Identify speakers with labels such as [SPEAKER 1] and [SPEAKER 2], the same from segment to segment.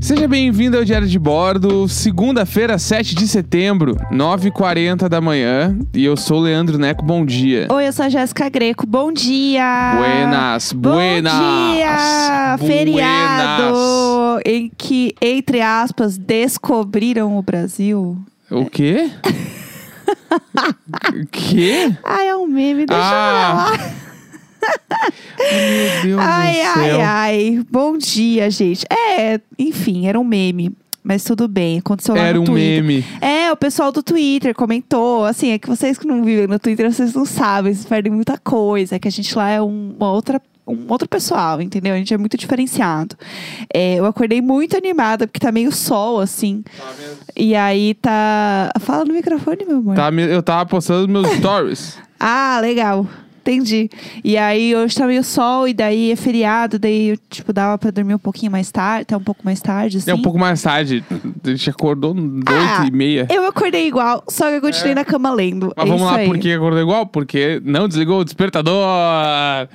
[SPEAKER 1] Seja bem-vindo ao Diário de Bordo, segunda-feira, 7 de setembro, 9h40 da manhã. E eu sou o Leandro Neco, bom dia.
[SPEAKER 2] Oi, eu sou a Jéssica Greco. Bom dia!
[SPEAKER 1] Buenas,
[SPEAKER 2] Bom
[SPEAKER 1] buenas!
[SPEAKER 2] dia!
[SPEAKER 1] buenas.
[SPEAKER 2] Feriado em que, entre aspas, descobriram o Brasil.
[SPEAKER 1] O quê? o quê?
[SPEAKER 2] Ah, é um meme, deixa
[SPEAKER 1] Ah,
[SPEAKER 2] eu falar.
[SPEAKER 1] Meu Deus
[SPEAKER 2] Ai,
[SPEAKER 1] do céu.
[SPEAKER 2] ai, ai. Bom dia, gente. É, enfim, era um meme. Mas tudo bem, aconteceu lá
[SPEAKER 1] Era
[SPEAKER 2] no
[SPEAKER 1] um
[SPEAKER 2] Twitter.
[SPEAKER 1] meme.
[SPEAKER 2] É, o pessoal do Twitter comentou, assim, é que vocês que não vivem no Twitter, vocês não sabem, vocês perdem muita coisa, é que a gente lá é um- uma outra, um outro pessoal, entendeu? A gente é muito diferenciado. É, eu acordei muito animada, porque tá meio sol, assim, e aí tá... Fala no microfone, meu amor.
[SPEAKER 1] Tá, me- eu tava postando meus stories.
[SPEAKER 2] Ah, legal. Entendi. E aí hoje tá meio sol, e daí é feriado, daí, eu, tipo, dava pra dormir um pouquinho mais tarde, até um pouco mais tarde, assim.
[SPEAKER 1] É um pouco mais tarde. A gente acordou 8
[SPEAKER 2] Ah,
[SPEAKER 1] e meia.
[SPEAKER 2] Eu acordei igual, só que eu continuei na cama lendo.
[SPEAKER 1] Mas
[SPEAKER 2] É
[SPEAKER 1] vamos
[SPEAKER 2] isso
[SPEAKER 1] lá,
[SPEAKER 2] aí.
[SPEAKER 1] por que acordou igual? Porque não desligou o despertador.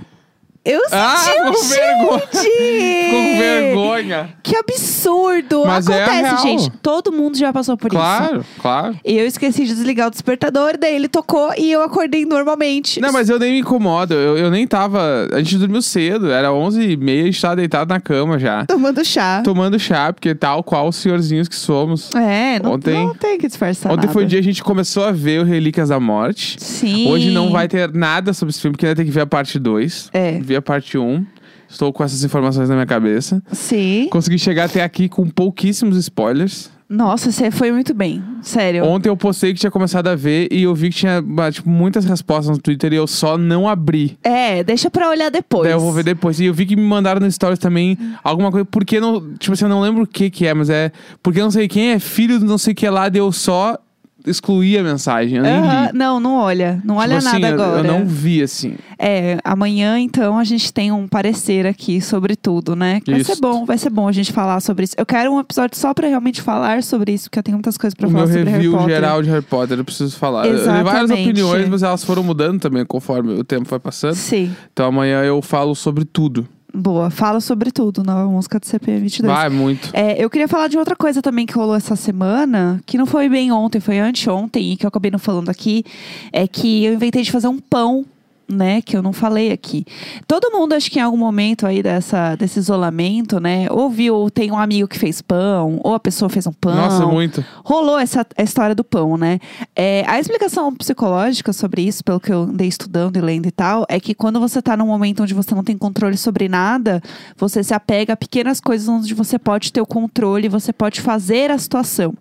[SPEAKER 2] Eu
[SPEAKER 1] Ah,
[SPEAKER 2] senti um
[SPEAKER 1] com vergonha.
[SPEAKER 2] gente!
[SPEAKER 1] Ficou com vergonha.
[SPEAKER 2] Que absurdo!
[SPEAKER 1] Mas é
[SPEAKER 2] Acontece,
[SPEAKER 1] real.
[SPEAKER 2] gente. Todo mundo já passou por isso.
[SPEAKER 1] Claro, claro.
[SPEAKER 2] E eu esqueci de desligar o despertador, daí ele tocou e eu acordei normalmente.
[SPEAKER 1] Não, mas eu nem me incomodo. Eu, eu nem tava. A gente dormiu cedo, era 11h30, a gente tava deitado na cama já.
[SPEAKER 2] Tomando chá.
[SPEAKER 1] Tomando chá, porque tal qual os senhorzinhos que somos.
[SPEAKER 2] É, não,
[SPEAKER 1] Ontem-
[SPEAKER 2] não tem que disfarçar
[SPEAKER 1] Ontem foi o
[SPEAKER 2] Tá nada.
[SPEAKER 1] dia que a gente começou a ver o Relíquias da Morte.
[SPEAKER 2] Sim.
[SPEAKER 1] Hoje não vai ter nada sobre esse filme, porque ainda tem que ver a parte 2.
[SPEAKER 2] É.
[SPEAKER 1] Vi a parte 1. Um. Estou com essas informações na minha cabeça.
[SPEAKER 2] Sim.
[SPEAKER 1] Consegui chegar até aqui com pouquíssimos spoilers.
[SPEAKER 2] Nossa, você foi muito bem. Sério.
[SPEAKER 1] Ontem eu postei que tinha começado a ver e eu vi que tinha bah, tipo, muitas respostas no Twitter e eu só não abri.
[SPEAKER 2] É, deixa pra olhar depois.
[SPEAKER 1] Daí eu vou ver depois. E eu vi que me mandaram no Stories também alguma coisa. Porque não. Tipo assim, eu não lembro o que que é, mas é. Porque não sei quem é filho do não sei o que lá, deu só excluí a mensagem. Eu nem
[SPEAKER 2] Aham,
[SPEAKER 1] li.
[SPEAKER 2] Não, não olha. Não olha
[SPEAKER 1] Uhum. tipo
[SPEAKER 2] nada
[SPEAKER 1] assim, eu-
[SPEAKER 2] agora.
[SPEAKER 1] Eu, não vi, assim.
[SPEAKER 2] É, amanhã então a gente tem um parecer aqui sobre tudo, né? Que Vai
[SPEAKER 1] Isso.
[SPEAKER 2] ser bom, vai ser bom a gente falar sobre isso. Eu quero um episódio só pra realmente falar sobre isso, porque eu tenho muitas coisas pra
[SPEAKER 1] o
[SPEAKER 2] falar
[SPEAKER 1] meu
[SPEAKER 2] sobre Harry
[SPEAKER 1] review
[SPEAKER 2] Potter.
[SPEAKER 1] geral de Harry Potter, eu preciso falar. Eu dei várias
[SPEAKER 2] Exatamente.
[SPEAKER 1] opiniões, mas elas foram mudando também conforme o tempo foi passando.
[SPEAKER 2] Sim,
[SPEAKER 1] Então amanhã eu falo sobre tudo.
[SPEAKER 2] boa. Fala sobre tudo, nova música do CPM22.
[SPEAKER 1] Vai, muito.
[SPEAKER 2] É, eu queria falar de outra coisa também que rolou essa semana, que não foi bem ontem, foi anteontem, e que eu acabei não falando aqui, é que eu inventei de fazer um pão, né, que eu não falei aqui. Todo mundo, acho que em algum momento aí dessa, desse isolamento, né, ouviu, ou tem um amigo que fez pão, ou a pessoa fez um pão.
[SPEAKER 1] Nossa, muito.
[SPEAKER 2] Rolou essa a história do pão, né? É, a explicação psicológica sobre isso, pelo que eu andei estudando e lendo e tal, é que quando você tá num momento onde você não tem controle sobre nada, você se apega a pequenas coisas onde você pode ter o controle, você pode fazer a situação.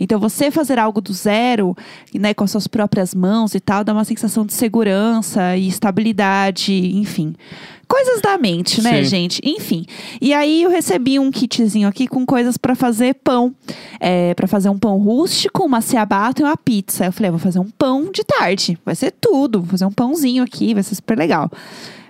[SPEAKER 2] Então, você fazer algo do zero, né, com as suas próprias mãos e tal, dá uma sensação de segurança e estabilidade, enfim. Coisas da mente, né,
[SPEAKER 1] Sim.
[SPEAKER 2] gente? Enfim. E aí eu recebi um kitzinho aqui com coisas pra fazer pão. É, para fazer um pão rústico, uma ciabatta e uma pizza. Eu falei, "Ah, vou fazer um pão de tarde. Vai ser tudo. Vou fazer um pãozinho aqui, vai ser super legal.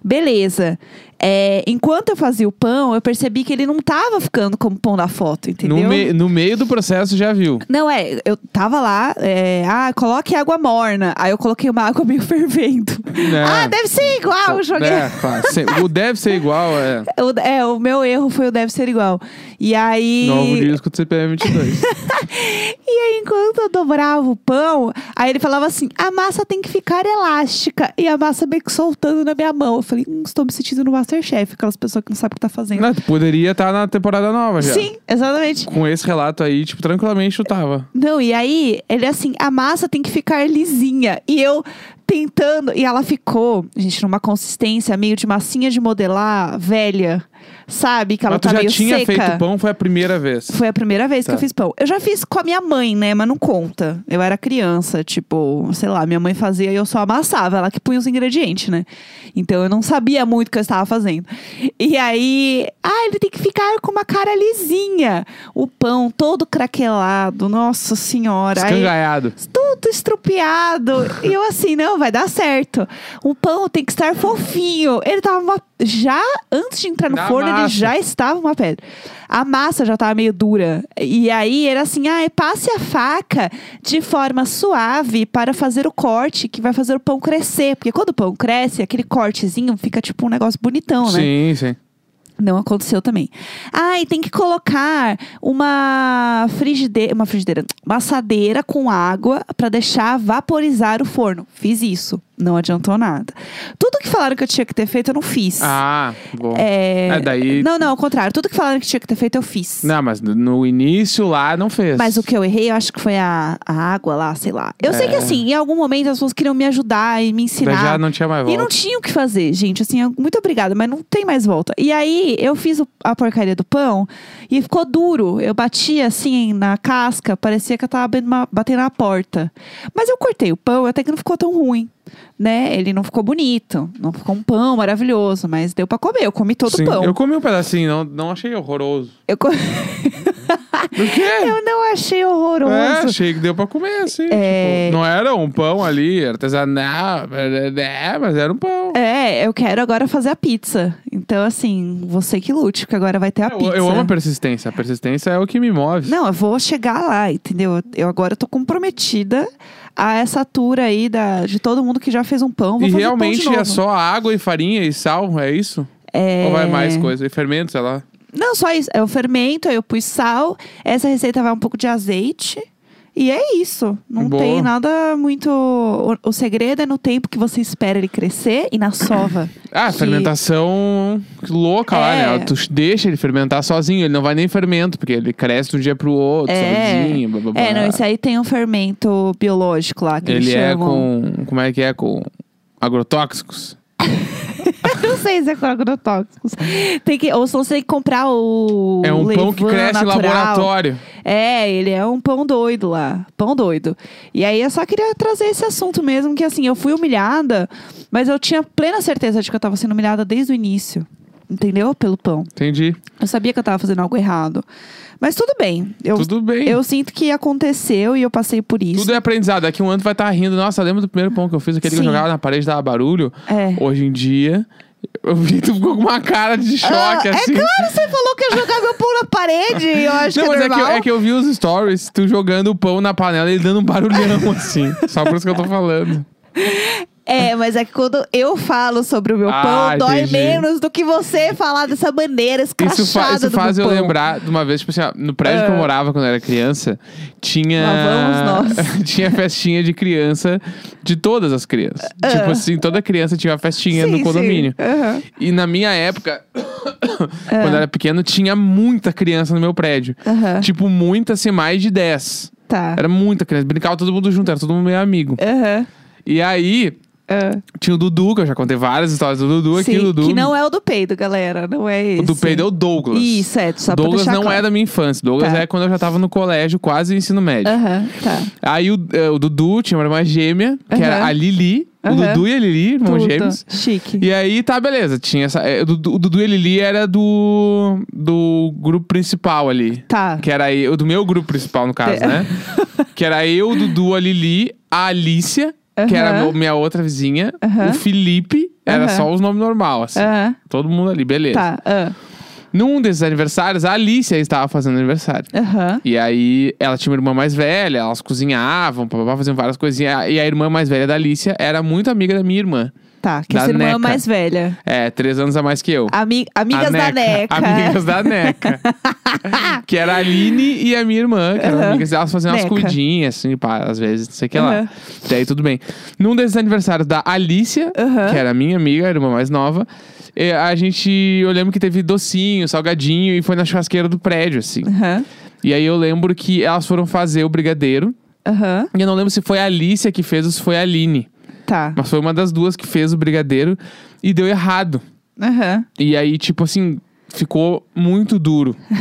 [SPEAKER 2] Beleza. É, enquanto eu fazia o pão, eu percebi que ele não tava ficando como pão da foto, entendeu?
[SPEAKER 1] No, mei- no meio do processo já viu.
[SPEAKER 2] Não, é, eu tava lá, é, ah, coloque água morna. Aí eu coloquei uma água meio fervendo.
[SPEAKER 1] Né?
[SPEAKER 2] Ah, deve ser igual, eu joguei.
[SPEAKER 1] É, claro. Se- o deve ser igual, é.
[SPEAKER 2] O- é, o meu erro foi o deve ser igual. E aí.
[SPEAKER 1] Novo disco do CPM 22.
[SPEAKER 2] E aí, enquanto eu dobrava o pão, aí ele falava assim: a massa tem que ficar elástica. E a massa meio que soltando na minha mão. Eu falei: hum, estou me sentindo no Masterchef, aquelas pessoas que não sabem o que tá fazendo.
[SPEAKER 1] Não, tu poderia estar na temporada nova já.
[SPEAKER 2] Sim, exatamente.
[SPEAKER 1] Com esse relato aí, tipo, tranquilamente chutava.
[SPEAKER 2] Não, e aí, ele assim, a massa tem que ficar lisinha. E eu tentando, e ela ficou, gente, numa consistência meio de massinha de modelar velha, sabe? Que ela
[SPEAKER 1] Mas tu
[SPEAKER 2] tá
[SPEAKER 1] já
[SPEAKER 2] meio
[SPEAKER 1] tinha
[SPEAKER 2] seca.
[SPEAKER 1] feito pão, foi a primeira vez.
[SPEAKER 2] Foi a primeira vez
[SPEAKER 1] Tá.
[SPEAKER 2] que eu fiz pão. Eu já fiz com a minha mãe, né? Mas não conta. Eu era criança, tipo, sei lá, minha mãe fazia e eu só amassava, ela que punha os ingredientes, né? Então eu não sabia muito o que eu estava fazendo. E aí, ah, ele tem que ficar com uma cara lisinha. O pão todo craquelado, nossa senhora. Aí-
[SPEAKER 1] Escangaiado.
[SPEAKER 2] tudo estrupiado. e eu assim, não, vai dar certo. O pão tem que estar fofinho. Ele tava uma- já antes de entrar no
[SPEAKER 1] Na
[SPEAKER 2] forno, ele
[SPEAKER 1] massa.
[SPEAKER 2] já estava uma pedra. A massa já tava meio dura. E aí era assim, ah, passe a faca de forma suave para fazer o corte que vai fazer o pão crescer, porque quando o pão cresce, aquele cortezinho fica tipo um negócio bonitão, né?
[SPEAKER 1] Sim, sim.
[SPEAKER 2] Não aconteceu também. Ah, e tem que colocar uma frigideira, uma frigideira, uma assadeira com água para deixar vaporizar o forno. Fiz isso, não adiantou nada. Tudo que falaram que eu tinha que ter feito, eu não fiz.
[SPEAKER 1] Ah, bom.
[SPEAKER 2] É,
[SPEAKER 1] É, daí-
[SPEAKER 2] Não, não, ao contrário. Tudo que falaram que tinha que ter feito, eu fiz.
[SPEAKER 1] Não, mas no início lá não fez.
[SPEAKER 2] Mas o que eu errei, eu acho que foi a, a água lá, sei lá. Eu sei que assim, em algum momento as pessoas queriam me ajudar e me
[SPEAKER 1] Daí
[SPEAKER 2] ensinar.
[SPEAKER 1] É. já não tinha mais
[SPEAKER 2] E não
[SPEAKER 1] volta.
[SPEAKER 2] tinha o que fazer, gente. Assim, eu- muito obrigada, mas não tem mais volta. E aí, eu fiz o- a porcaria do pão e ficou duro. Eu batia assim na casca, parecia que eu tava abrindo uma- batendo na porta. Mas eu cortei o pão, até que não ficou tão ruim. Né? Ele não ficou bonito, não ficou um pão maravilhoso, mas deu pra comer. Eu comi todo
[SPEAKER 1] Sim,
[SPEAKER 2] o pão.
[SPEAKER 1] Eu comi um pedacinho, não, não achei horroroso.
[SPEAKER 2] Eu co- Ah,
[SPEAKER 1] Por quê?
[SPEAKER 2] Eu não achei
[SPEAKER 1] É,
[SPEAKER 2] horroroso.
[SPEAKER 1] achei que deu pra comer, assim.
[SPEAKER 2] É.
[SPEAKER 1] tipo, não era um pão ali, artesanal, é, mas era um pão.
[SPEAKER 2] É, eu quero agora fazer a pizza. Então, assim, você que lute, porque agora vai ter É a
[SPEAKER 1] É, Eu-
[SPEAKER 2] pizza.
[SPEAKER 1] eu, amo a persistência. A persistência é o que me move.
[SPEAKER 2] Não, eu vou chegar lá, entendeu? Eu agora tô comprometida a essa tour aí da, de todo mundo que já fez um pão. Vou
[SPEAKER 1] e
[SPEAKER 2] fazer
[SPEAKER 1] realmente
[SPEAKER 2] pão de novo.
[SPEAKER 1] é só água e farinha e sal, é isso?
[SPEAKER 2] É...
[SPEAKER 1] Ou vai mais coisa? E fermento, sei lá.
[SPEAKER 2] Não, só isso. Eu fermento, aí eu pus sal. Essa receita vai um pouco de azeite. E é isso. Não
[SPEAKER 1] Boa.
[SPEAKER 2] tem nada muito. O, o segredo é no tempo que você espera ele crescer e na sova.
[SPEAKER 1] Ah,
[SPEAKER 2] que-
[SPEAKER 1] fermentação louca lá,
[SPEAKER 2] É.
[SPEAKER 1] né? Tu deixa ele fermentar sozinho, ele não vai nem fermento, porque ele cresce de um dia pro outro,
[SPEAKER 2] É.
[SPEAKER 1] sozinho, blá, blá, blá.
[SPEAKER 2] É, não, isso aí tem um fermento biológico lá que eles
[SPEAKER 1] Ele é
[SPEAKER 2] chamam.
[SPEAKER 1] com. Como é que é? Com agrotóxicos?
[SPEAKER 2] Não sei se é com agrotóxicos. Tem que, ou se você tem que comprar o.
[SPEAKER 1] é um pão que
[SPEAKER 2] levain
[SPEAKER 1] cresce
[SPEAKER 2] natural.
[SPEAKER 1] em laboratório.
[SPEAKER 2] É, ele é um pão doido lá. Pão doido. E aí eu só queria trazer esse assunto mesmo, que assim, eu fui humilhada, mas eu tinha plena certeza de que eu tava sendo humilhada desde o início. Entendeu? Pelo pão.
[SPEAKER 1] Entendi.
[SPEAKER 2] Eu sabia que eu tava fazendo algo errado. Mas tudo bem. Eu,
[SPEAKER 1] Tudo bem.
[SPEAKER 2] eu sinto que aconteceu e eu passei por isso.
[SPEAKER 1] Tudo é aprendizado. Daqui um ano tu vai estar rindo. Nossa, lembra do primeiro pão que eu fiz, aquele que
[SPEAKER 2] Sim.
[SPEAKER 1] eu jogava na parede dava barulho?
[SPEAKER 2] É.
[SPEAKER 1] Hoje em dia, eu vi tu ficou com uma cara de
[SPEAKER 2] Ah,
[SPEAKER 1] choque,
[SPEAKER 2] é
[SPEAKER 1] assim.
[SPEAKER 2] claro, você falou que ia jogar meu pão na parede. Eu acho
[SPEAKER 1] Não,
[SPEAKER 2] que
[SPEAKER 1] mas
[SPEAKER 2] é
[SPEAKER 1] é que, eu-
[SPEAKER 2] normal.
[SPEAKER 1] é que eu vi os stories, tu jogando o pão na panela e ele dando um barulhão, assim. Só por isso que eu tô falando.
[SPEAKER 2] É, mas é que quando eu falo sobre o meu
[SPEAKER 1] Ah,
[SPEAKER 2] pão, dói
[SPEAKER 1] entendi.
[SPEAKER 2] menos do que você falar dessa bandeira escrachada
[SPEAKER 1] Isso, fa isso
[SPEAKER 2] do
[SPEAKER 1] faz
[SPEAKER 2] meu
[SPEAKER 1] eu
[SPEAKER 2] pão.
[SPEAKER 1] lembrar de uma vez, tipo assim, ó, no prédio que eu
[SPEAKER 2] Ah.
[SPEAKER 1] morava quando eu era criança, tinha.
[SPEAKER 2] Lá vamos
[SPEAKER 1] tinha festinha de criança de todas as crianças. Tipo assim, toda criança tinha uma festinha
[SPEAKER 2] Ah. Sim,
[SPEAKER 1] no
[SPEAKER 2] sim.
[SPEAKER 1] condomínio.
[SPEAKER 2] Aham.
[SPEAKER 1] E na minha época, quando eu era pequeno, tinha muita criança no meu prédio.
[SPEAKER 2] Aham.
[SPEAKER 1] Tipo, muita, assim, mais de 10.
[SPEAKER 2] Tá.
[SPEAKER 1] Era muita criança. Brincava todo mundo junto, era todo mundo meio amigo.
[SPEAKER 2] Aham.
[SPEAKER 1] E aí,
[SPEAKER 2] Ah.
[SPEAKER 1] tinha o Dudu, que eu já contei várias histórias do Dudu aqui.
[SPEAKER 2] Sim,
[SPEAKER 1] o Dudu,
[SPEAKER 2] que não é o do peido, galera. Não é esse.
[SPEAKER 1] o do peido é o Douglas.
[SPEAKER 2] Isso, é. Só
[SPEAKER 1] Douglas
[SPEAKER 2] pra deixar
[SPEAKER 1] não
[SPEAKER 2] claro.
[SPEAKER 1] é da minha infância. Douglas
[SPEAKER 2] Tá.
[SPEAKER 1] é quando eu já tava no colégio, quase ensino médio.
[SPEAKER 2] Aham, tá.
[SPEAKER 1] Aí o, eh, o Dudu tinha uma irmã gêmea, que era
[SPEAKER 2] Aham.
[SPEAKER 1] a Lili. O
[SPEAKER 2] Aham.
[SPEAKER 1] Dudu e a Lili, irmãos
[SPEAKER 2] Tudo.
[SPEAKER 1] gêmeos.
[SPEAKER 2] Chique.
[SPEAKER 1] E aí, tá, beleza. Tinha essa. eh, O Dudu, o Dudu e a Lili era do. do grupo principal ali.
[SPEAKER 2] Tá.
[SPEAKER 1] Que era eu, do meu grupo principal, no caso,
[SPEAKER 2] É.
[SPEAKER 1] né? que era eu, o Dudu, a Lili, a Alicia, que era
[SPEAKER 2] Aham.
[SPEAKER 1] meu- minha outra vizinha,
[SPEAKER 2] Aham.
[SPEAKER 1] o Felipe, era
[SPEAKER 2] Aham.
[SPEAKER 1] só os nomes normal, assim.
[SPEAKER 2] Aham.
[SPEAKER 1] Todo mundo ali, beleza.
[SPEAKER 2] Tá. ah.
[SPEAKER 1] Num desses aniversários, a Alicia estava fazendo aniversário.
[SPEAKER 2] Aham.
[SPEAKER 1] E aí, ela tinha uma irmã mais velha, elas cozinhavam, papapá, faziam várias coisinhas. E a irmã mais velha da Alicia era muito amiga da minha irmã.
[SPEAKER 2] Tá. Que
[SPEAKER 1] Da
[SPEAKER 2] essa irmã é
[SPEAKER 1] Neca.
[SPEAKER 2] mais velha.
[SPEAKER 1] É, três anos a mais que eu.
[SPEAKER 2] Ami- Amigas
[SPEAKER 1] A
[SPEAKER 2] da
[SPEAKER 1] Neca.
[SPEAKER 2] Neca.
[SPEAKER 1] Amigas da Neca. que era a Aline e a minha irmã, que eram
[SPEAKER 2] Aham.
[SPEAKER 1] amigas. Elas faziam umas
[SPEAKER 2] Neca.
[SPEAKER 1] cuidinhas, assim, pá, às vezes, não sei o que
[SPEAKER 2] Aham.
[SPEAKER 1] lá. Daí tudo bem. Num desses aniversários da Alicia,
[SPEAKER 2] Aham.
[SPEAKER 1] que era minha amiga, a irmã mais nova, eh, a gente... Eu lembro que teve docinho, salgadinho, e foi na churrasqueira do prédio, assim.
[SPEAKER 2] Aham.
[SPEAKER 1] E aí eu lembro que elas foram fazer o brigadeiro.
[SPEAKER 2] Aham.
[SPEAKER 1] E eu não lembro se foi a Alicia que fez ou se foi a Aline.
[SPEAKER 2] Tá.
[SPEAKER 1] Mas foi uma das duas que fez o brigadeiro e deu errado.
[SPEAKER 2] Aham.
[SPEAKER 1] E aí, tipo assim, ficou muito duro.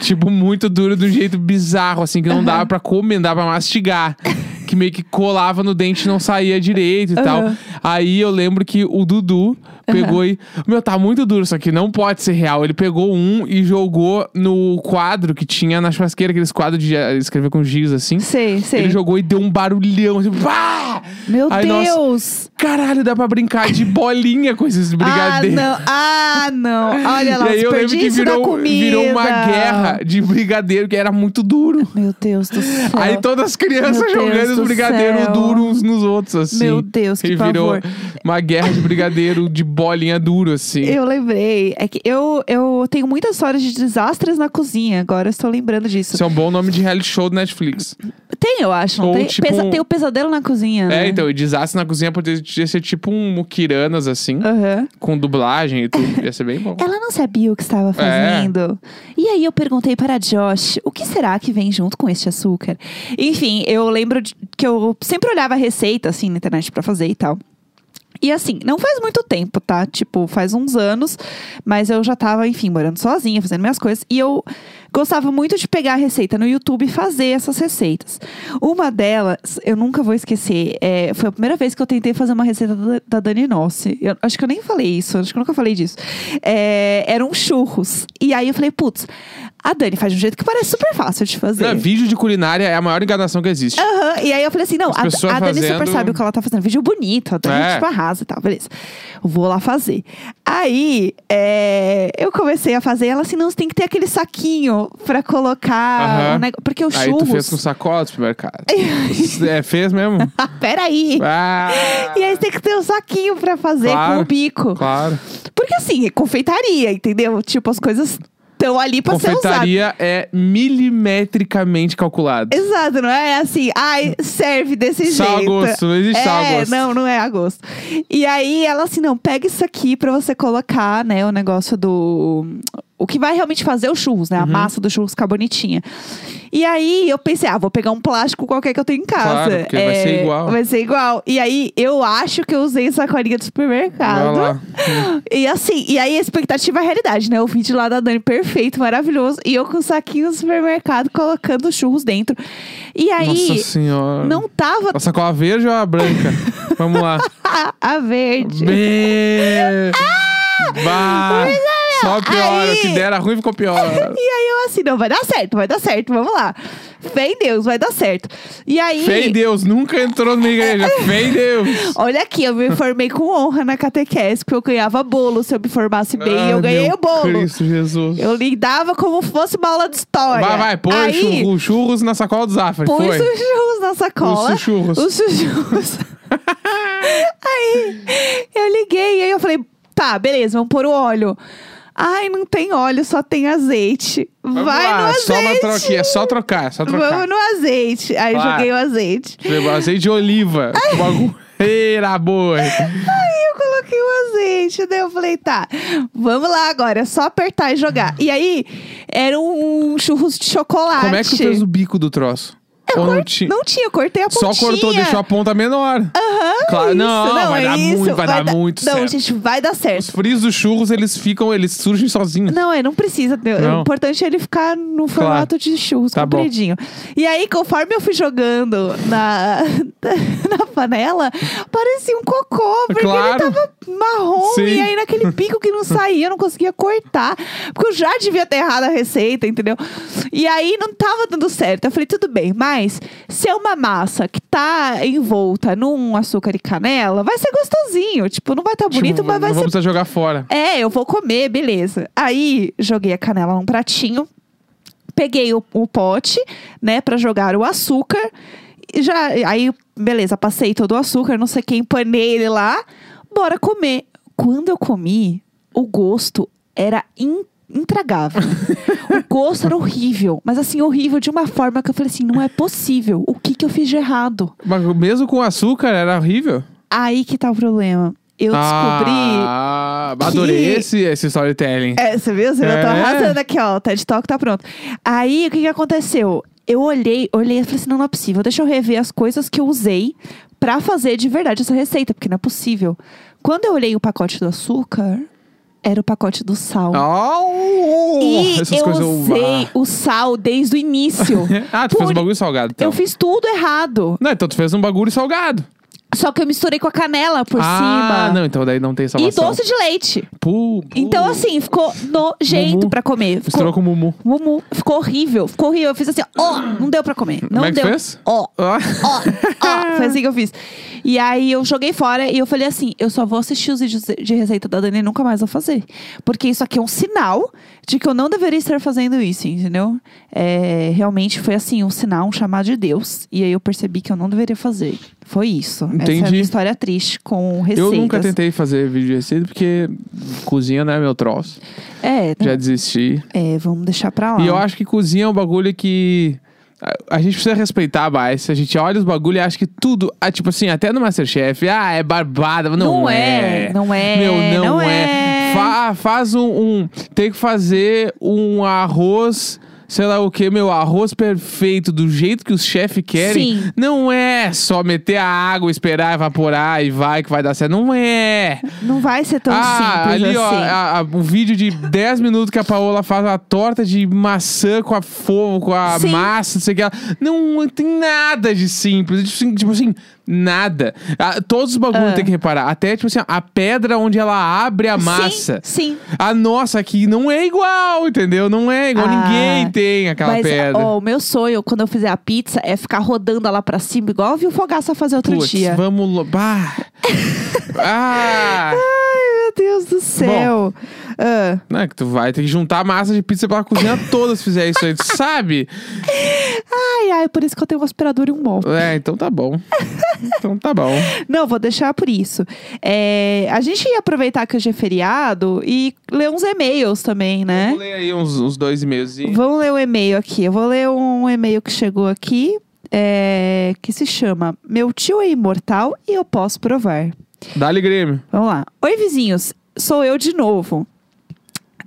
[SPEAKER 1] tipo, muito duro de um jeito bizarro, assim, que não dava pra comer, não dava pra mastigar. Que meio que colava no dente e não saía direito e tal.
[SPEAKER 2] Aham.
[SPEAKER 1] Aí eu lembro que o Dudu pegou e. Meu, tá muito duro, isso aqui não pode ser real. Ele pegou um e jogou no quadro que tinha na churrasqueira, aqueles quadros de eh, escrever com giz assim.
[SPEAKER 2] Sei, sei.
[SPEAKER 1] Ele jogou e deu um barulhão, assim, pá!
[SPEAKER 2] Meu
[SPEAKER 1] Aí, nossa,
[SPEAKER 2] Deus!
[SPEAKER 1] Caralho, dá pra brincar de bolinha com esses brigadeiros.
[SPEAKER 2] Ah, não. Ah, não. Olha lá,
[SPEAKER 1] E aí
[SPEAKER 2] os
[SPEAKER 1] eu lembro que
[SPEAKER 2] desperdício da
[SPEAKER 1] virou,
[SPEAKER 2] comida.
[SPEAKER 1] virou uma guerra de brigadeiro, que era muito duro.
[SPEAKER 2] Meu Deus do céu.
[SPEAKER 1] Aí então, todas as crianças
[SPEAKER 2] Meu Deus
[SPEAKER 1] jogando os
[SPEAKER 2] do
[SPEAKER 1] brigadeiros
[SPEAKER 2] céu.
[SPEAKER 1] duros uns nos outros, assim.
[SPEAKER 2] Meu Deus, que
[SPEAKER 1] E virou
[SPEAKER 2] pavor.
[SPEAKER 1] uma guerra de brigadeiro de bolinha duro, assim.
[SPEAKER 2] Eu lembrei. É que eu, eu tenho muitas histórias de desastres na cozinha. Agora eu estou lembrando disso.
[SPEAKER 1] Isso é um bom nome de reality show do Netflix.
[SPEAKER 2] Tem, eu acho. Não
[SPEAKER 1] Ou
[SPEAKER 2] tem?
[SPEAKER 1] tipo
[SPEAKER 2] Pesa-
[SPEAKER 1] um-
[SPEAKER 2] tem o pesadelo na cozinha.
[SPEAKER 1] É,
[SPEAKER 2] né?
[SPEAKER 1] então, e desastre na cozinha poderia ser tipo um Mukiranas, assim,
[SPEAKER 2] Aham.
[SPEAKER 1] com dublagem e tudo. Ia ser bem bom.
[SPEAKER 2] Ela não sabia o que
[SPEAKER 1] É.
[SPEAKER 2] estava fazendo. E aí eu perguntei para a Josh, o que será que vem junto com este açúcar? Enfim, eu lembro de- que eu sempre olhava a receita assim na internet para fazer e tal. E assim, não faz muito tempo, tá? Tipo, faz uns anos, mas eu já tava, enfim, morando sozinha, fazendo minhas coisas. E eu gostava muito de pegar a receita no YouTube e fazer essas receitas. Uma delas, eu nunca vou esquecer, é, foi a primeira vez que eu tentei fazer uma receita da, da Dani Nossi. Eu acho que eu nem falei isso, acho que eu nunca falei disso. É, eram churros. E aí eu falei, putz, a Dani faz de um jeito que parece super fácil de fazer.
[SPEAKER 1] Não, vídeo de culinária é a maior enganação que existe.
[SPEAKER 2] Aham, E aí eu falei assim: não, a,
[SPEAKER 1] pessoas
[SPEAKER 2] a Dani super
[SPEAKER 1] fazendo-
[SPEAKER 2] sabe o que ela tá fazendo. Vídeo bonito, a Dani
[SPEAKER 1] É.
[SPEAKER 2] tipo arrasa e tal, beleza. Vou lá fazer. Aí é, eu comecei a fazer, ela assim: não, você tem que ter aquele saquinho pra colocar.
[SPEAKER 1] Aham.
[SPEAKER 2] o negócio. Porque os
[SPEAKER 1] Aí tu fez com
[SPEAKER 2] churros.
[SPEAKER 1] sacola do supermercado. é, fez mesmo?
[SPEAKER 2] Ah, peraí!
[SPEAKER 1] Ah,
[SPEAKER 2] E aí você tem que ter um saquinho pra fazer
[SPEAKER 1] Claro.
[SPEAKER 2] com o bico.
[SPEAKER 1] claro.
[SPEAKER 2] Porque assim, é confeitaria, entendeu? Tipo, as coisas estão ali pra ser usadas.
[SPEAKER 1] Confeitaria é milimetricamente calculado.
[SPEAKER 2] Exato, não é assim, ai, serve desse
[SPEAKER 1] Sal a
[SPEAKER 2] jeito.
[SPEAKER 1] gosto, não existe
[SPEAKER 2] é,
[SPEAKER 1] sal a gosto.
[SPEAKER 2] Não, não é a gosto. E aí ela assim, não, pega isso aqui pra você colocar, né, o negócio do. O que vai realmente fazer o churros, né? A
[SPEAKER 1] Uhum.
[SPEAKER 2] massa do churros ficar bonitinha. E aí eu pensei, ah, vou pegar um plástico qualquer que eu tenho em casa. É,
[SPEAKER 1] Claro, porque vai ser igual.
[SPEAKER 2] Vai ser igual. E aí eu acho que eu usei sacolinha do supermercado.
[SPEAKER 1] Vai lá.
[SPEAKER 2] E assim, e aí a expectativa é a realidade, né? O vídeo lá da Dani perfeito, maravilhoso. E eu com o saquinho do supermercado colocando churros dentro. E
[SPEAKER 1] Nossa
[SPEAKER 2] aí,
[SPEAKER 1] senhora.
[SPEAKER 2] não tava tá
[SPEAKER 1] A sacola verde ou a branca? Vamos lá.
[SPEAKER 2] a verde. é,
[SPEAKER 1] Be... Bah. ah, Só piora.
[SPEAKER 2] Aí-
[SPEAKER 1] O que dera ruim ficou pior.
[SPEAKER 2] E aí eu assim, não, vai dar certo, vai dar certo, vamos lá. Fé em Deus, vai dar certo. E aí,
[SPEAKER 1] Fé em Deus, nunca entrou numa igreja. Fé em Deus.
[SPEAKER 2] olha aqui, eu me formei com honra na catequese, porque eu ganhava bolo. Se eu me formasse bem,
[SPEAKER 1] Ah,
[SPEAKER 2] eu ganhei
[SPEAKER 1] meu
[SPEAKER 2] o bolo.
[SPEAKER 1] Cristo Jesus.
[SPEAKER 2] Eu lidava como fosse uma aula de história.
[SPEAKER 1] Vai, vai, põe
[SPEAKER 2] aí,
[SPEAKER 1] churros, churros na sacola do Zafra.
[SPEAKER 2] Põe
[SPEAKER 1] Foi.
[SPEAKER 2] os churros na sacola.
[SPEAKER 1] Os churros.
[SPEAKER 2] Os churros. aí eu liguei e aí eu falei, tá, beleza, vamos pôr o óleo. Ai, não tem óleo, só tem azeite.
[SPEAKER 1] Vamos
[SPEAKER 2] Vai
[SPEAKER 1] lá,
[SPEAKER 2] no
[SPEAKER 1] só na
[SPEAKER 2] azeite.
[SPEAKER 1] troquinha, é só trocar, só trocar.
[SPEAKER 2] Vamos no azeite. Aí
[SPEAKER 1] Vai.
[SPEAKER 2] joguei o azeite.
[SPEAKER 1] Azeite de oliva. O bagulho. Era boa.
[SPEAKER 2] Aí eu coloquei o azeite, daí eu falei, tá, vamos lá agora, é só apertar e jogar. E aí, era um, um churros de chocolate.
[SPEAKER 1] Como é que tu fez o bico do troço? Eu não tinha.
[SPEAKER 2] Não tinha, eu cortei a
[SPEAKER 1] Só
[SPEAKER 2] pontinha.
[SPEAKER 1] cortou, deixou a ponta menor.
[SPEAKER 2] Aham,
[SPEAKER 1] Claro,
[SPEAKER 2] isso,
[SPEAKER 1] não, vai
[SPEAKER 2] é
[SPEAKER 1] dar
[SPEAKER 2] isso,
[SPEAKER 1] muito, vai dar muito
[SPEAKER 2] Não,
[SPEAKER 1] certo.
[SPEAKER 2] gente, vai dar
[SPEAKER 1] Os
[SPEAKER 2] certo.
[SPEAKER 1] frizz dos churros, eles ficam, eles surgem sozinhos.
[SPEAKER 2] Não, é, não precisa. meu,
[SPEAKER 1] Não.
[SPEAKER 2] O importante é ele ficar no formato de churros,
[SPEAKER 1] Tá bom.
[SPEAKER 2] compridinho. E aí, conforme eu fui jogando na, na panela, parecia um cocô, porque
[SPEAKER 1] Claro.
[SPEAKER 2] ele tava marrom.
[SPEAKER 1] Sim.
[SPEAKER 2] E aí, naquele bico que não saía, eu não conseguia cortar. Porque eu já devia ter errado a receita, entendeu? E aí, não tava dando certo. Eu falei, tudo bem, mas se é uma massa que tá envolta num açúcar e canela, vai ser gostosinho. Tipo, não vai estar bonito,
[SPEAKER 1] Tipo,
[SPEAKER 2] mas vai
[SPEAKER 1] não
[SPEAKER 2] ser
[SPEAKER 1] vamos precisar jogar fora.
[SPEAKER 2] é, eu vou comer, beleza. Aí joguei a canela num pratinho, peguei o, o pote, né, pra jogar o açúcar. e Já, aí, beleza, passei todo o açúcar, não sei quem, empanei ele lá. Bora comer. Quando eu comi, o gosto era in- intragável. o gosto era horrível, mas assim, horrível de uma forma que eu falei assim: não é possível. O que, que eu fiz de errado?
[SPEAKER 1] Mas mesmo com açúcar, era horrível.
[SPEAKER 2] Aí que tá o problema. Eu descobri
[SPEAKER 1] Ah, adorei
[SPEAKER 2] que-
[SPEAKER 1] esse, esse storytelling.
[SPEAKER 2] É, você viu? Você viu? Eu tô
[SPEAKER 1] É.
[SPEAKER 2] arrasando aqui, ó. O TED Talk tá pronto. Aí, o que que aconteceu? Eu olhei, olhei e falei assim, não, não é possível. Deixa eu rever as coisas que eu usei pra fazer de verdade essa receita, porque não é possível. Quando eu olhei o pacote do açúcar, era o pacote do sal.
[SPEAKER 1] Oh,
[SPEAKER 2] É E
[SPEAKER 1] Ah, essas
[SPEAKER 2] eu
[SPEAKER 1] coisas.
[SPEAKER 2] usei o sal desde o início.
[SPEAKER 1] Ah, tu fez um
[SPEAKER 2] Por-
[SPEAKER 1] bagulho salgado. Então.
[SPEAKER 2] Eu fiz tudo errado.
[SPEAKER 1] Não, então tu fez um bagulho salgado.
[SPEAKER 2] Só que eu misturei com a canela por
[SPEAKER 1] ah,
[SPEAKER 2] cima.
[SPEAKER 1] não, então daí não tem
[SPEAKER 2] E
[SPEAKER 1] salvação.
[SPEAKER 2] doce de leite.
[SPEAKER 1] Pu, pu.
[SPEAKER 2] Então, assim, ficou nojento
[SPEAKER 1] Mumu.
[SPEAKER 2] pra comer. Ficou
[SPEAKER 1] Misturou com o Mumu.
[SPEAKER 2] Mumu, ficou horrível, ficou horrível. Eu fiz assim, ó, não deu pra comer. Não
[SPEAKER 1] Como é que
[SPEAKER 2] deu.
[SPEAKER 1] fez?
[SPEAKER 2] Ó,
[SPEAKER 1] Ah.
[SPEAKER 2] ó, ó. Foi assim que eu fiz. E aí eu joguei fora e eu falei assim: eu só vou assistir os vídeos de receita da Dani e nunca mais vou fazer. Porque isso aqui é um sinal de que eu não deveria estar fazendo isso, entendeu? É, realmente foi assim, um sinal, um chamado de Deus. E aí eu percebi que eu não deveria fazer. Foi isso. Essa é a
[SPEAKER 1] Entendi.
[SPEAKER 2] minha história triste com
[SPEAKER 1] Eu
[SPEAKER 2] receitas.
[SPEAKER 1] nunca tentei fazer vídeo de receita porque cozinha não é meu troço.
[SPEAKER 2] É,
[SPEAKER 1] Já desisti.
[SPEAKER 2] é, vamos deixar pra lá.
[SPEAKER 1] E eu acho que cozinha é um bagulho que. a- A gente precisa respeitar a base. A gente olha os bagulhos e acha que tudo. Ah, tipo assim, até no Masterchef. Ah, é barbada. Não,
[SPEAKER 2] Não
[SPEAKER 1] é.
[SPEAKER 2] é, não é,
[SPEAKER 1] Meu, não,
[SPEAKER 2] não
[SPEAKER 1] é.
[SPEAKER 2] é.
[SPEAKER 1] Fa- faz um, um- Tem que fazer um arroz. Sei lá o que, meu, arroz perfeito, do jeito que os chefes querem.
[SPEAKER 2] Sim.
[SPEAKER 1] Não é só meter a água, esperar evaporar e vai que vai dar certo. Não é
[SPEAKER 2] Não vai ser tão
[SPEAKER 1] ah,
[SPEAKER 2] simples
[SPEAKER 1] ali,
[SPEAKER 2] assim.
[SPEAKER 1] ó, a- a- um vídeo de 10 minutos que a Paola faz uma torta de maçã com a fogo, com a
[SPEAKER 2] Sim.
[SPEAKER 1] massa, não sei o que. lá. Não tem nada de simples. Tipo assim, tipo assim, nada. Ah, todos os bagulhos
[SPEAKER 2] Ah.
[SPEAKER 1] tem que reparar. Até, tipo assim, a pedra onde ela abre a massa.
[SPEAKER 2] Sim, sim.
[SPEAKER 1] A nossa aqui não é igual, entendeu? Não é igual.
[SPEAKER 2] Ah,
[SPEAKER 1] Ninguém tem aquela
[SPEAKER 2] Mas,
[SPEAKER 1] pedra.
[SPEAKER 2] ó, o meu sonho, quando eu fizer a pizza, é ficar rodando ela pra cima, igual eu vi o Fogaça fazer outro
[SPEAKER 1] Putz,
[SPEAKER 2] dia.
[SPEAKER 1] vamos. lo- Bah. ah!
[SPEAKER 2] Meu Deus do céu. Ah,
[SPEAKER 1] Não, é que tu vai ter que juntar a massa de pizza pela cozinha toda se fizer isso aí, tu sabe?
[SPEAKER 2] ai, ai, por isso que eu tenho um aspirador e um mop.
[SPEAKER 1] É, então tá bom. Então tá bom.
[SPEAKER 2] Não, vou deixar por isso. É, a gente ia aproveitar que hoje é feriado e ler uns e-mails também, né?
[SPEAKER 1] Vou ler aí uns, uns dois e-mails. e-
[SPEAKER 2] Vamos ler um e-mail aqui. Eu vou ler um e-mail que chegou aqui, é, que se chama Meu tio é imortal e eu posso provar.
[SPEAKER 1] Dá-lhe Grêmio.
[SPEAKER 2] Vamos lá. Oi, vizinhos. Sou eu de novo.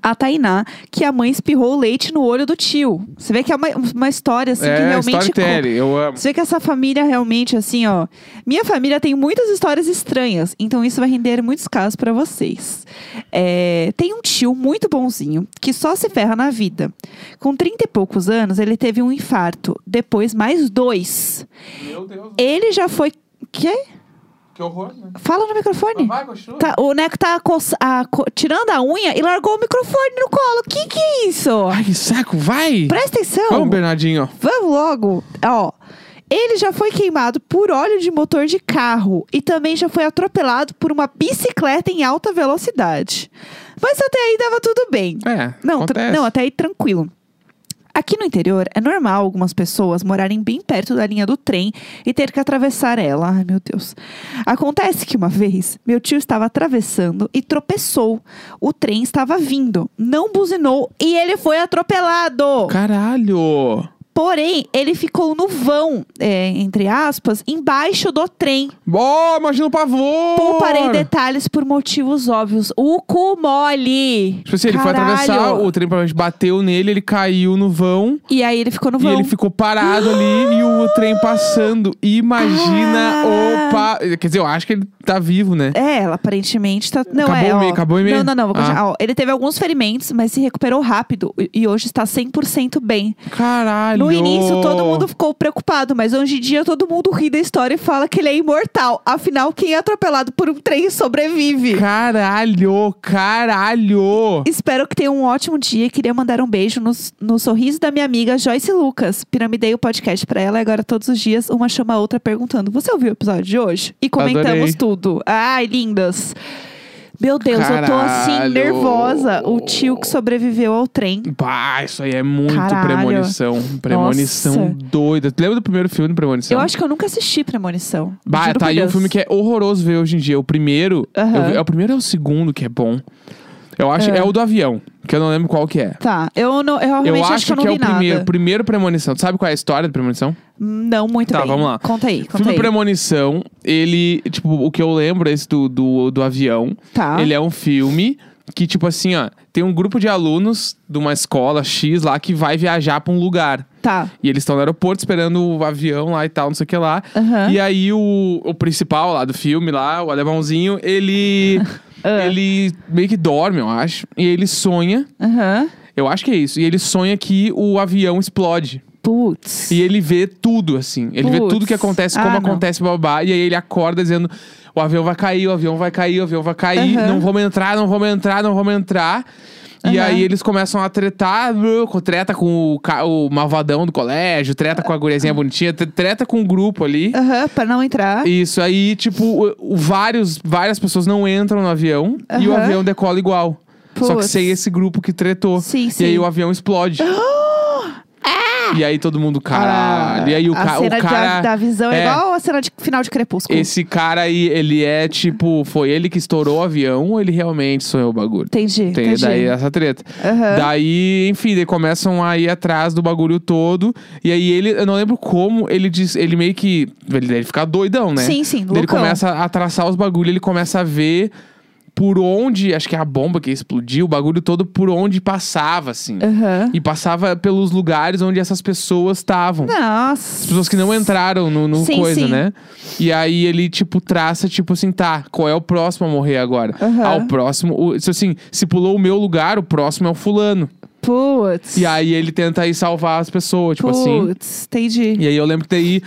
[SPEAKER 2] A Tainá, que a mãe espirrou o leite no olho do tio. Você vê que é uma, uma história assim que
[SPEAKER 1] é,
[SPEAKER 2] realmente.
[SPEAKER 1] storytelling, eu amo.
[SPEAKER 2] Você vê que essa família realmente, assim, ó. Minha família tem muitas histórias estranhas, então isso vai render muitos casos pra vocês. É, tem um tio muito bonzinho que só se ferra na vida. Com 30 e poucos anos, ele teve um infarto, depois mais dois.
[SPEAKER 1] Meu Deus,
[SPEAKER 2] Ele já foi. Quê?
[SPEAKER 1] que horror, né?
[SPEAKER 2] Fala no microfone.
[SPEAKER 1] Vai, continua.
[SPEAKER 2] Tá, o Neco tá coça- a co- tirando a unha e largou o microfone no colo. Que que é isso?
[SPEAKER 1] Ai, que saco, vai!
[SPEAKER 2] Presta atenção.
[SPEAKER 1] Vamos, Bernardinho.
[SPEAKER 2] Vamos logo. Ó, ele já foi queimado por óleo de motor de carro e também já foi atropelado por uma bicicleta em alta velocidade. Mas até aí dava tudo bem.
[SPEAKER 1] É,
[SPEAKER 2] Não, tra-
[SPEAKER 1] acontece.
[SPEAKER 2] não, até aí tranquilo. Aqui no interior, é normal algumas pessoas morarem bem perto da linha do trem e ter que atravessar ela. Ai, meu Deus. Acontece que uma vez, meu tio estava atravessando e tropeçou. O trem estava vindo, não buzinou e ele foi atropelado.
[SPEAKER 1] Caralho!
[SPEAKER 2] Porém, ele ficou no vão, é, entre aspas, embaixo do trem.
[SPEAKER 1] Ó, imagina o pavor!
[SPEAKER 2] Pouparei detalhes por motivos óbvios. O cu mole!
[SPEAKER 1] Tipo assim, ele
[SPEAKER 2] Caralho.
[SPEAKER 1] foi atravessar, o trem provavelmente bateu nele, ele caiu no vão.
[SPEAKER 2] E aí ele ficou no vão.
[SPEAKER 1] E ele ficou parado ali e o trem passando. Imagina
[SPEAKER 2] Ah!
[SPEAKER 1] o pa... Quer dizer, eu acho que ele tá vivo, né?
[SPEAKER 2] É, ela aparentemente tá. Não,
[SPEAKER 1] Acabou
[SPEAKER 2] é,
[SPEAKER 1] o
[SPEAKER 2] ó.
[SPEAKER 1] e-mail, acabou o e-mail?
[SPEAKER 2] Não, não, não. Vou
[SPEAKER 1] Ah.
[SPEAKER 2] continuar. Ó, ele teve alguns ferimentos, mas se recuperou rápido e- e hoje está 100% bem.
[SPEAKER 1] Caralho!
[SPEAKER 2] No início, todo mundo ficou preocupado, mas hoje em dia todo mundo ri da história e fala que ele é imortal. Afinal, quem é atropelado por um trem sobrevive.
[SPEAKER 1] Caralho, caralho!
[SPEAKER 2] Espero que tenha um ótimo dia e queria mandar um beijo no, no sorriso da minha amiga Joyce Lucas. Piramidei o podcast pra ela e agora todos os dias uma chama a outra perguntando: Você ouviu o episódio de hoje? E comentamos
[SPEAKER 1] Adorei.
[SPEAKER 2] tudo. Ai, lindas. Meu Deus, eu tô assim
[SPEAKER 1] Caralho.
[SPEAKER 2] nervosa. O tio que sobreviveu ao trem.
[SPEAKER 1] Pá, isso aí é muito
[SPEAKER 2] Caralho.
[SPEAKER 1] premonição. Premonição
[SPEAKER 2] Nossa.
[SPEAKER 1] doida. Tu lembra do primeiro filme do Premonição?
[SPEAKER 2] Eu acho que eu nunca assisti Premonição.
[SPEAKER 1] Bah,
[SPEAKER 2] Juro
[SPEAKER 1] tá
[SPEAKER 2] por
[SPEAKER 1] aí um
[SPEAKER 2] Deus.
[SPEAKER 1] filme que é horroroso ver hoje em dia. O primeiro.
[SPEAKER 2] Aham.
[SPEAKER 1] eu vi- é o primeiro ou é o segundo que é bom? Eu acho. É, o do avião, que eu não lembro qual que é.
[SPEAKER 2] Tá, eu, não, eu
[SPEAKER 1] Eu
[SPEAKER 2] realmente
[SPEAKER 1] acho,
[SPEAKER 2] que eu não
[SPEAKER 1] é
[SPEAKER 2] vi
[SPEAKER 1] o primeiro.
[SPEAKER 2] nada.
[SPEAKER 1] Primeiro Premonição. Tu sabe qual é a história do Premonição?
[SPEAKER 2] Não, muito
[SPEAKER 1] Tá,
[SPEAKER 2] bem.
[SPEAKER 1] vamos lá.
[SPEAKER 2] Conta aí,
[SPEAKER 1] O
[SPEAKER 2] conta
[SPEAKER 1] filme
[SPEAKER 2] aí.
[SPEAKER 1] Premonição, ele, tipo, o que eu lembro é esse do, do, do avião.
[SPEAKER 2] Tá.
[SPEAKER 1] Ele é um filme que, tipo assim, ó, tem um grupo de alunos de uma escola X lá que vai viajar pra um lugar.
[SPEAKER 2] Tá.
[SPEAKER 1] E eles estão no aeroporto esperando o avião lá e tal, não sei o que lá.
[SPEAKER 2] Aham.
[SPEAKER 1] E aí o, o principal lá do filme, lá, o alemãozinho, ele. Ele meio que dorme, eu acho. E ele sonha.
[SPEAKER 2] Aham.
[SPEAKER 1] Eu acho que é isso. E ele sonha que o avião explode.
[SPEAKER 2] Putz.
[SPEAKER 1] E ele vê tudo, assim. Ele vê
[SPEAKER 2] Putz.
[SPEAKER 1] tudo que acontece, como
[SPEAKER 2] Ah, não.
[SPEAKER 1] acontece, babá. E aí ele acorda dizendo: o avião vai cair, o avião vai cair, o avião vai cair,
[SPEAKER 2] Aham.
[SPEAKER 1] não vamos entrar, não vamos entrar, não vamos entrar. E
[SPEAKER 2] Aham.
[SPEAKER 1] aí eles começam a tretar, blu, com- treta com o, ca- o malvadão do colégio, treta com a guriazinha bonitinha, tre- treta com o grupo ali.
[SPEAKER 2] Aham, pra não entrar.
[SPEAKER 1] Isso, aí, tipo, o- o vários, várias pessoas não entram no avião e o
[SPEAKER 2] Aham.
[SPEAKER 1] avião decola igual. Só que
[SPEAKER 2] Putz.
[SPEAKER 1] sem esse grupo que tretou.
[SPEAKER 2] Sim, sim. É!
[SPEAKER 1] E aí o avião explode. E aí todo mundo, caralho. e aí o,
[SPEAKER 2] a
[SPEAKER 1] ca- o
[SPEAKER 2] cena de-
[SPEAKER 1] cara.
[SPEAKER 2] da visão é,
[SPEAKER 1] é.
[SPEAKER 2] igual a cena de final de Crepúsculo.
[SPEAKER 1] Esse cara aí, ele é tipo, foi ele que estourou o avião ou ele realmente sonhou o bagulho?
[SPEAKER 2] Entendi.
[SPEAKER 1] Tem
[SPEAKER 2] entendi.
[SPEAKER 1] daí essa treta.
[SPEAKER 2] Aham.
[SPEAKER 1] Daí, enfim, daí começam a ir atrás do bagulho todo. E aí ele, eu não lembro como, ele diz, ele meio que. Ele deve ficar doidão, né?
[SPEAKER 2] Sim, sim,
[SPEAKER 1] Daí Ele
[SPEAKER 2] loucão.
[SPEAKER 1] começa a traçar os bagulhos, ele começa a ver por onde, acho que é a bomba que explodiu, o bagulho todo por onde passava, assim.
[SPEAKER 2] Aham.
[SPEAKER 1] E passava pelos lugares onde essas pessoas estavam. As
[SPEAKER 2] Nossa.
[SPEAKER 1] pessoas que não entraram no, no
[SPEAKER 2] Sim,
[SPEAKER 1] coisa,
[SPEAKER 2] sim.
[SPEAKER 1] né? E aí ele, tipo, traça, tipo assim, tá, qual é o próximo a morrer agora?
[SPEAKER 2] Aham.
[SPEAKER 1] Ah, o próximo. O, se, assim, se pulou o meu lugar, o próximo é o fulano.
[SPEAKER 2] Putz.
[SPEAKER 1] E aí ele tenta aí salvar as pessoas, tipo assim.
[SPEAKER 2] Putz, entendi.
[SPEAKER 1] E aí eu lembro que daí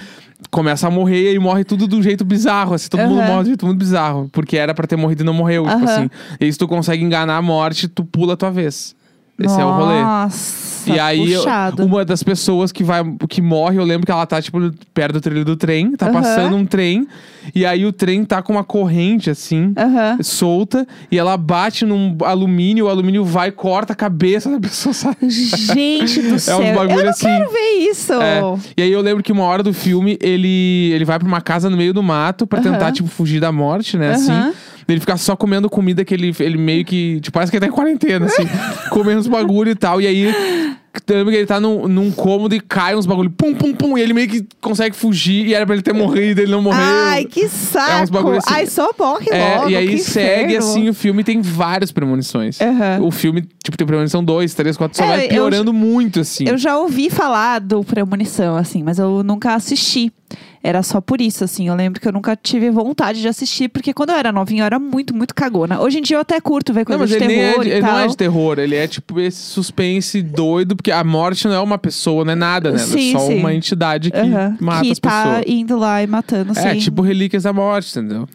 [SPEAKER 1] começa a morrer e aí morre tudo do jeito bizarro, assim, todo mundo
[SPEAKER 2] Aham.
[SPEAKER 1] morre de um jeito muito bizarro. Porque era pra ter morrido e não morreu, tipo
[SPEAKER 2] Aham.
[SPEAKER 1] assim. E aí, se tu consegue enganar a morte, tu pula a tua vez. Esse é o rolê.
[SPEAKER 2] Nossa,
[SPEAKER 1] E aí, eu-
[SPEAKER 2] puxado.
[SPEAKER 1] uma das pessoas que vai que morre, eu lembro que ela tá, tipo, perto do trilho do trem, tá
[SPEAKER 2] Aham.
[SPEAKER 1] passando um trem, e aí o trem tá com uma corrente assim.
[SPEAKER 2] Aham.
[SPEAKER 1] Solta e ela bate num alumínio, o alumínio vai, corta a cabeça da pessoa, sabe?
[SPEAKER 2] Gente do céu.
[SPEAKER 1] É bagulho
[SPEAKER 2] eu não
[SPEAKER 1] assim.
[SPEAKER 2] quero ver isso.
[SPEAKER 1] É. E aí eu lembro que uma hora do filme ele, ele vai pra uma casa no meio do mato pra
[SPEAKER 2] Aham.
[SPEAKER 1] tentar, tipo, fugir da morte, né?
[SPEAKER 2] Aham.
[SPEAKER 1] Assim. Ele fica só comendo comida que ele, ele meio que. Tipo, parece que ele tá em quarentena, assim. comendo uns bagulho e tal. E aí. Eu lembro que ele tá num, num cômodo e cai uns bagulho. Pum, pum, pum. E ele meio que consegue fugir. E era pra ele ter morrido, ele não morreu.
[SPEAKER 2] Ai, que saco.
[SPEAKER 1] É bagulho assim.
[SPEAKER 2] Ai, só morre
[SPEAKER 1] É,
[SPEAKER 2] logo.
[SPEAKER 1] e aí
[SPEAKER 2] que
[SPEAKER 1] segue
[SPEAKER 2] inferno.
[SPEAKER 1] assim o filme tem várias premonições.
[SPEAKER 2] Aham.
[SPEAKER 1] O filme, tipo, tem premonição 2, 3, 4, só
[SPEAKER 2] É,
[SPEAKER 1] vai
[SPEAKER 2] eu-
[SPEAKER 1] piorando muito, assim.
[SPEAKER 2] Eu já ouvi falar do Premonição, assim, mas eu nunca assisti. Era só por isso, assim. Eu lembro que eu nunca tive vontade de assistir, porque quando eu era novinha, eu era muito, muito cagona. Hoje em dia eu até curto ver
[SPEAKER 1] Não,
[SPEAKER 2] coisas
[SPEAKER 1] mas
[SPEAKER 2] de
[SPEAKER 1] ele, nem é
[SPEAKER 2] terror
[SPEAKER 1] de-
[SPEAKER 2] e
[SPEAKER 1] ele
[SPEAKER 2] tal.
[SPEAKER 1] não é de terror, ele é tipo esse suspense doido, porque a morte não é uma pessoa, não é nada, né? Ela
[SPEAKER 2] Sim,
[SPEAKER 1] é só
[SPEAKER 2] sim.
[SPEAKER 1] uma entidade que
[SPEAKER 2] Aham.
[SPEAKER 1] mata
[SPEAKER 2] que
[SPEAKER 1] as
[SPEAKER 2] tá
[SPEAKER 1] pessoas.
[SPEAKER 2] indo lá e matando, assim.
[SPEAKER 1] É, tipo relíquias da morte, entendeu?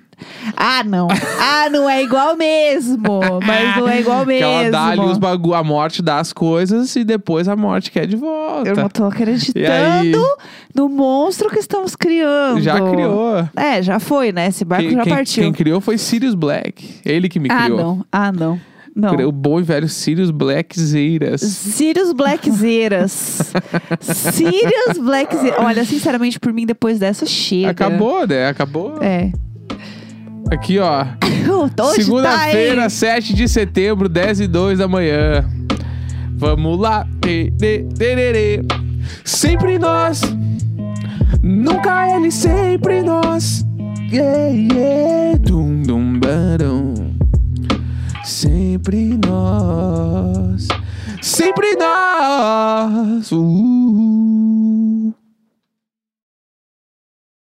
[SPEAKER 2] Ah, não. Ah, não é igual mesmo. Mas não é igual
[SPEAKER 1] Ah, Que
[SPEAKER 2] mesmo.
[SPEAKER 1] ela dá ali os bagulho, a morte dá as coisas e depois a morte quer de volta.
[SPEAKER 2] Eu não tô
[SPEAKER 1] E aí?
[SPEAKER 2] acreditando no monstro que estamos criando.
[SPEAKER 1] Já criou.
[SPEAKER 2] É, já foi, né? Esse barco
[SPEAKER 1] Quem,
[SPEAKER 2] já
[SPEAKER 1] quem-
[SPEAKER 2] partiu.
[SPEAKER 1] quem criou foi Sirius Black. Ele que me
[SPEAKER 2] ah,
[SPEAKER 1] criou.
[SPEAKER 2] não. Ah, não. Não.
[SPEAKER 1] O bom e velho Sirius Black Zeiras.
[SPEAKER 2] Sirius Blackzeiras. Sirius Blackzeiras. Olha, sinceramente, por mim, depois dessa, chega.
[SPEAKER 1] Acabou, né? Acabou.
[SPEAKER 2] É.
[SPEAKER 1] Aqui, ó.
[SPEAKER 2] Então Hoje
[SPEAKER 1] Segunda-feira,
[SPEAKER 2] Tá, hein?
[SPEAKER 1] 7 de setembro, 10 e 2 da manhã. Vamos lá. Tê, tê, tererê. Sempre nós. Nunca ele, sempre nós. Yeah, yeah. Dum, dum, barum. Sempre nós. Sempre nós. Uh.